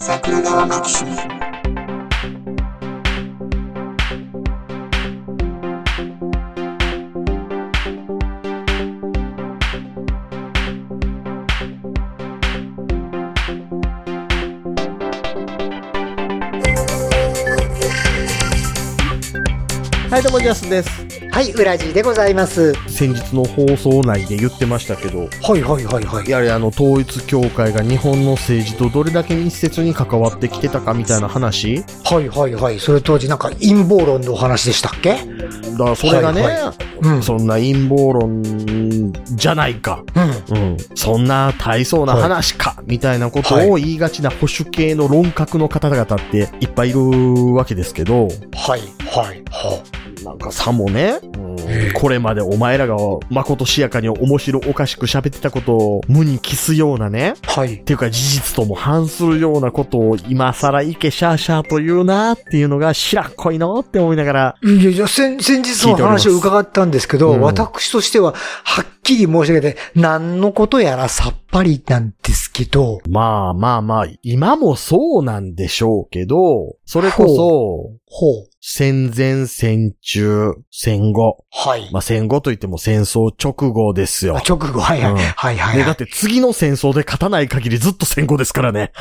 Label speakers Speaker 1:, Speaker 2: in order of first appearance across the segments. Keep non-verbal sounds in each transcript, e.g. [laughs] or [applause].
Speaker 1: 桜川マキシム
Speaker 2: はい、どうも、ジャスです。
Speaker 3: はい、裏地でございます。
Speaker 4: 先日の放送内で言ってましたけど、
Speaker 3: はいはいはいは
Speaker 4: やはりあの統一教会が日本の政治とどれだけ密接に関わってきてたかみたいな話
Speaker 3: い。はいはいはい。それ当時なんか陰謀論のお話でしたっけ
Speaker 4: だからそれがね、
Speaker 3: はいうん。
Speaker 4: そんな陰謀論じゃないか、
Speaker 3: うん。
Speaker 4: うん、そんな大層な話か、みたいなことを言いがちな保守系の論客の方々っていっぱいいるわけですけど、
Speaker 3: はいはいは
Speaker 4: なんかさもね、うんこれまでお前らが誠しやかに面白おかしく喋ってたことを無に帰すようなね、
Speaker 3: い。はい
Speaker 4: っ。ていうか事実とも反するようなことを今更いけシャーシャーと言うなっていうのが白っこいのって思いながら、
Speaker 3: いやいや、先、先日の話を伺ったんですけど、
Speaker 4: 聞いております
Speaker 3: 私としては、はっきり申し上げて、何のことやらさっぱりなんですけど、
Speaker 4: まあまあまあ、今もそうなんでしょうけど、それこそ、
Speaker 3: ほう。
Speaker 4: 戦前、戦中、戦後。
Speaker 3: はい。
Speaker 4: まあ戦後といっても戦争直後ですよ
Speaker 3: あ。直後、はいはい。
Speaker 4: うん
Speaker 3: はいはい
Speaker 4: ね、だ
Speaker 3: は
Speaker 4: って次の戦争で勝たない限りずっと戦後ですからね。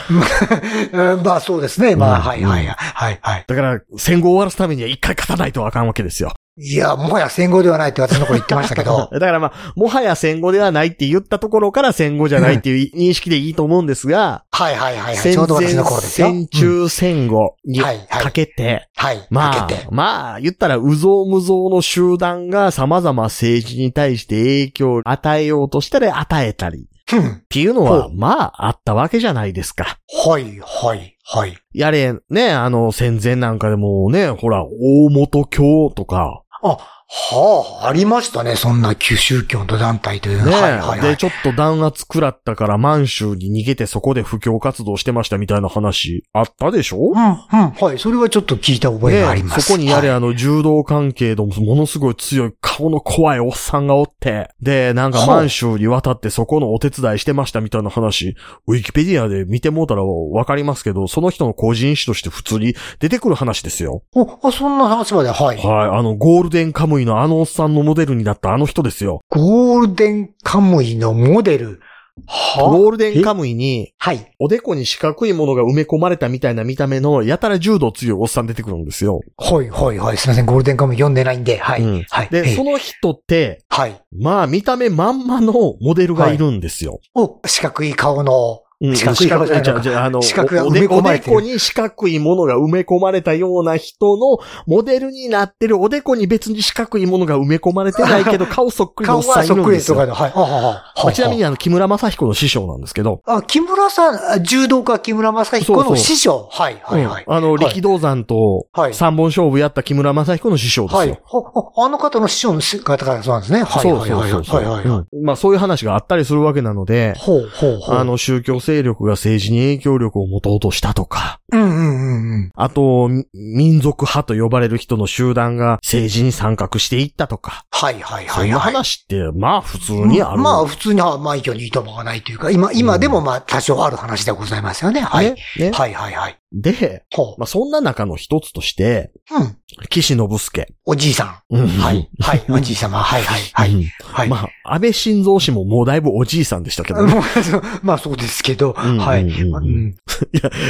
Speaker 3: い。うん [laughs] まあそうですね。まあ、
Speaker 4: うん
Speaker 3: はいはいはい。はいはい。
Speaker 4: だから戦後を終わらすためには一回勝たないとあかんわけですよ。。
Speaker 3: いや、もはや戦後ではないって私の頃言ってましたけど
Speaker 4: [laughs] だからまあ、もはや戦後ではないって言ったところから戦後じゃないっていう認識でいいと思うんですが、
Speaker 3: はいはいはいはい。
Speaker 4: 戦
Speaker 3: ちょうど
Speaker 4: 前
Speaker 3: 私の頃ですよ。
Speaker 4: 戦
Speaker 3: うん
Speaker 4: 中戦後に
Speaker 3: はいはい
Speaker 4: かけて、
Speaker 3: はい。
Speaker 4: ま
Speaker 3: か
Speaker 4: あ
Speaker 3: けて、。
Speaker 4: まあ、言ったら、うぞうむぞうの集団が様々政治に対して影響を与えようとしたり与えたり、っ
Speaker 3: うん
Speaker 4: ていうのは、
Speaker 3: ほ
Speaker 4: まあ、あったわけじゃないですか。
Speaker 3: はい、はい、はい。
Speaker 4: やれ、ね、あの、戦前なんかでもね、ほら、大元教とか、
Speaker 3: あ、はあ、ありましたね。そんな旧宗教の団体という
Speaker 4: ね、
Speaker 3: のは。はい、はい、は
Speaker 4: で、
Speaker 3: い。
Speaker 4: ちょっと弾圧食らったから満州に逃げてそこで布教活動してましたみたいな話、あったでしょ
Speaker 3: うん、うん。はい、それはちょっと聞いた覚えがあります。
Speaker 4: そこにやれ、
Speaker 3: はい
Speaker 4: あの、柔道関係のものすごい強い顔の怖いおっさんがおって、で、なんか
Speaker 3: ほう
Speaker 4: 満州に渡ってそこのお手伝いしてましたみたいな話、ウィキペディアで見てもうたらわかりますけど、その人の個人史として普通に出てくる話ですよ。
Speaker 3: お、あ、そんな話まで、はい。
Speaker 4: はい、あの、ゴールデンカムイのあのおっさんのモデルになったあの人ですよ。
Speaker 3: ゴールデンカムイのモデル。は
Speaker 4: ゴールデンカムイに、
Speaker 3: あ、はい。
Speaker 4: おでこに四角いものが埋め込まれたみたいな見た目の、やたら柔道強いおっさん出てくるんですよ。
Speaker 3: はい、はい、はい。すいません、ゴールデンカムイ読んでないんで、はい。
Speaker 4: うん
Speaker 3: はい。え
Speaker 4: で、
Speaker 3: え
Speaker 4: その人って、
Speaker 3: はい。
Speaker 4: まあ、見た目まんまのモデルがいるんですよ。
Speaker 3: お、四角い顔の、
Speaker 4: うん
Speaker 3: 四角い顔じゃないのか
Speaker 4: じゃあじゃああの、
Speaker 3: 四角が
Speaker 4: お
Speaker 3: 埋め込まれてる
Speaker 4: おでこに四角いものが埋め込まれたような人のモデルになってるおでこに別に四角いものが埋め込まれてないけど、顔そっくりのお
Speaker 3: [laughs] 顔
Speaker 4: っさ
Speaker 3: は
Speaker 4: んい
Speaker 3: そっ
Speaker 4: るん
Speaker 3: くり
Speaker 4: で
Speaker 3: ですすと
Speaker 4: よ。
Speaker 3: かの、はい。はあはあはあ
Speaker 4: まあちなみにあの、木村正彦の師匠なんですけど、
Speaker 3: あ、木村さん、柔道家木村正彦
Speaker 4: そうそ
Speaker 3: の
Speaker 4: う
Speaker 3: 師匠。はい、はい、はい。
Speaker 4: あの、
Speaker 3: はい
Speaker 4: 力道山と
Speaker 3: はい
Speaker 4: 三本勝負やった木村正彦の師匠です
Speaker 3: はい。
Speaker 4: よ。
Speaker 3: ほほあの方の師匠の方からそうなんですね。はい、
Speaker 4: そう
Speaker 3: はい、
Speaker 4: そ
Speaker 3: は
Speaker 4: う
Speaker 3: い。
Speaker 4: そうそう。
Speaker 3: はい、はいはい。
Speaker 4: うんまあそういう話があったりするわけなので、
Speaker 3: ほう、ほう、ほう。
Speaker 4: あ、の、宗教勢力が政治に影響力を持とうとしたとか、
Speaker 3: うん、うん、うん、うん。
Speaker 4: あと、み民族派と呼ばれる人の集団が政治に参画していったとか、
Speaker 3: はい、はい、
Speaker 4: そ
Speaker 3: は
Speaker 4: ん
Speaker 3: い。
Speaker 4: な
Speaker 3: はい
Speaker 4: 話って、まあ普通にある。
Speaker 3: まあ、普通には、まあ、一挙にいいともがないというか、今、今でもまあ、多少ある話でございますよね。はい。
Speaker 4: ね。ね
Speaker 3: はい、はい、はい。
Speaker 4: で、
Speaker 3: ほ
Speaker 4: まあそんな中の一つとして、
Speaker 3: う。うん。
Speaker 4: 岸信介。
Speaker 3: おじいさん。
Speaker 4: うん
Speaker 3: はい。はい、おじい様。はい、はい、はい。
Speaker 4: い。
Speaker 3: はい。
Speaker 4: まあ、安倍晋三氏ももうだいぶおじいさんでしたけどね、
Speaker 3: もうそう [laughs] まあ、そうですけど、
Speaker 4: うん
Speaker 3: はい。
Speaker 4: うん
Speaker 3: う
Speaker 4: うん
Speaker 3: ん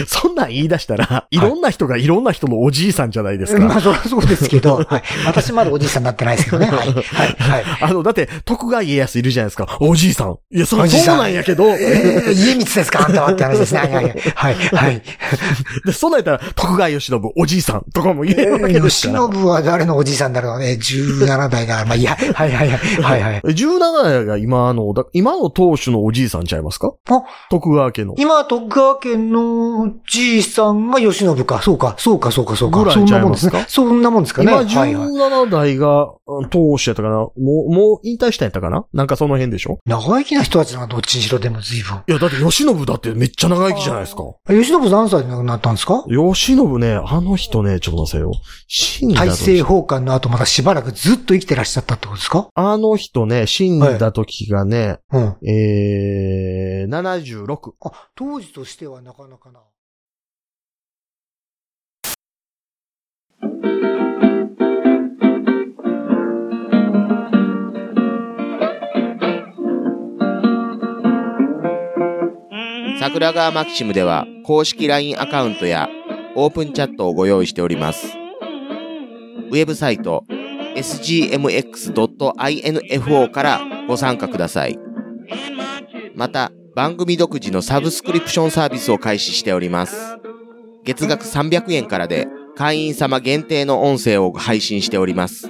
Speaker 4: そんなん言い出したら、いろんな人がいろんな人のおじいさんじゃないです
Speaker 3: [laughs]
Speaker 4: か。
Speaker 3: まあ、そりゃそうですけど、はい。私まだおじいさんになってないですけどね。はい。はい。はい。
Speaker 4: あの、だって、徳川家康いるじゃないですか。おじいさん。いや、そ
Speaker 3: お
Speaker 4: り
Speaker 3: じ
Speaker 4: ゃ
Speaker 3: い
Speaker 4: そ
Speaker 3: さん
Speaker 4: うなんやけど、
Speaker 3: えー、家光ですかあんたはって話ですね。はいはいはい。
Speaker 4: [laughs]
Speaker 3: はい。
Speaker 4: で、そんなんやったら、徳川慶喜、おじいさんとかも言えるわけ
Speaker 3: はい。
Speaker 4: で
Speaker 3: 吉
Speaker 4: すから。
Speaker 3: 信は誰のおじいさんだろうね。17代だ。まあいいや。はいはいはい。はいはい。
Speaker 4: 17代が今の、だ今の当主のおじいさんちゃいますか
Speaker 3: あ
Speaker 4: 徳川家の。
Speaker 3: 今、徳川家のおじいさんが吉信か。そうか、そうか、そうか、そう
Speaker 4: ぐ
Speaker 3: か。
Speaker 4: ら
Speaker 3: そ
Speaker 4: い
Speaker 3: ん
Speaker 4: ちゃ
Speaker 3: ないもん
Speaker 4: ま
Speaker 3: ですす
Speaker 4: か
Speaker 3: ね。そんなもんですかね。
Speaker 4: 今
Speaker 3: はいはい。
Speaker 4: 17代がうん当主やったかなもう、もう引退したんやったかななんかその辺でしょ
Speaker 3: 長生きな人たちがどっちにしろでも随分。
Speaker 4: いや、だって吉信だってめっちゃ長生きじゃないですか。
Speaker 3: 吉信何歳で亡くなったんですか
Speaker 4: 吉信ね、あの人ね、ちょっと待ってよ。死んだ
Speaker 3: 大
Speaker 4: 時
Speaker 3: 政奉還の後まだしばらくずっと生きてらっしゃったってことですか
Speaker 4: あの人ね、死んだ時がね、
Speaker 3: うん。
Speaker 4: えー、76。
Speaker 3: あ、当時としてはなかなかな。
Speaker 1: 桜川マキシムでは公式 LINE アカウントやオープンチャットをご用意しております。ウェブサイト sgmx.info からご参加ください。また、番組独自のサブスクリプションサービスを開始しております。月額300円からで会員様限定の音声を配信しております。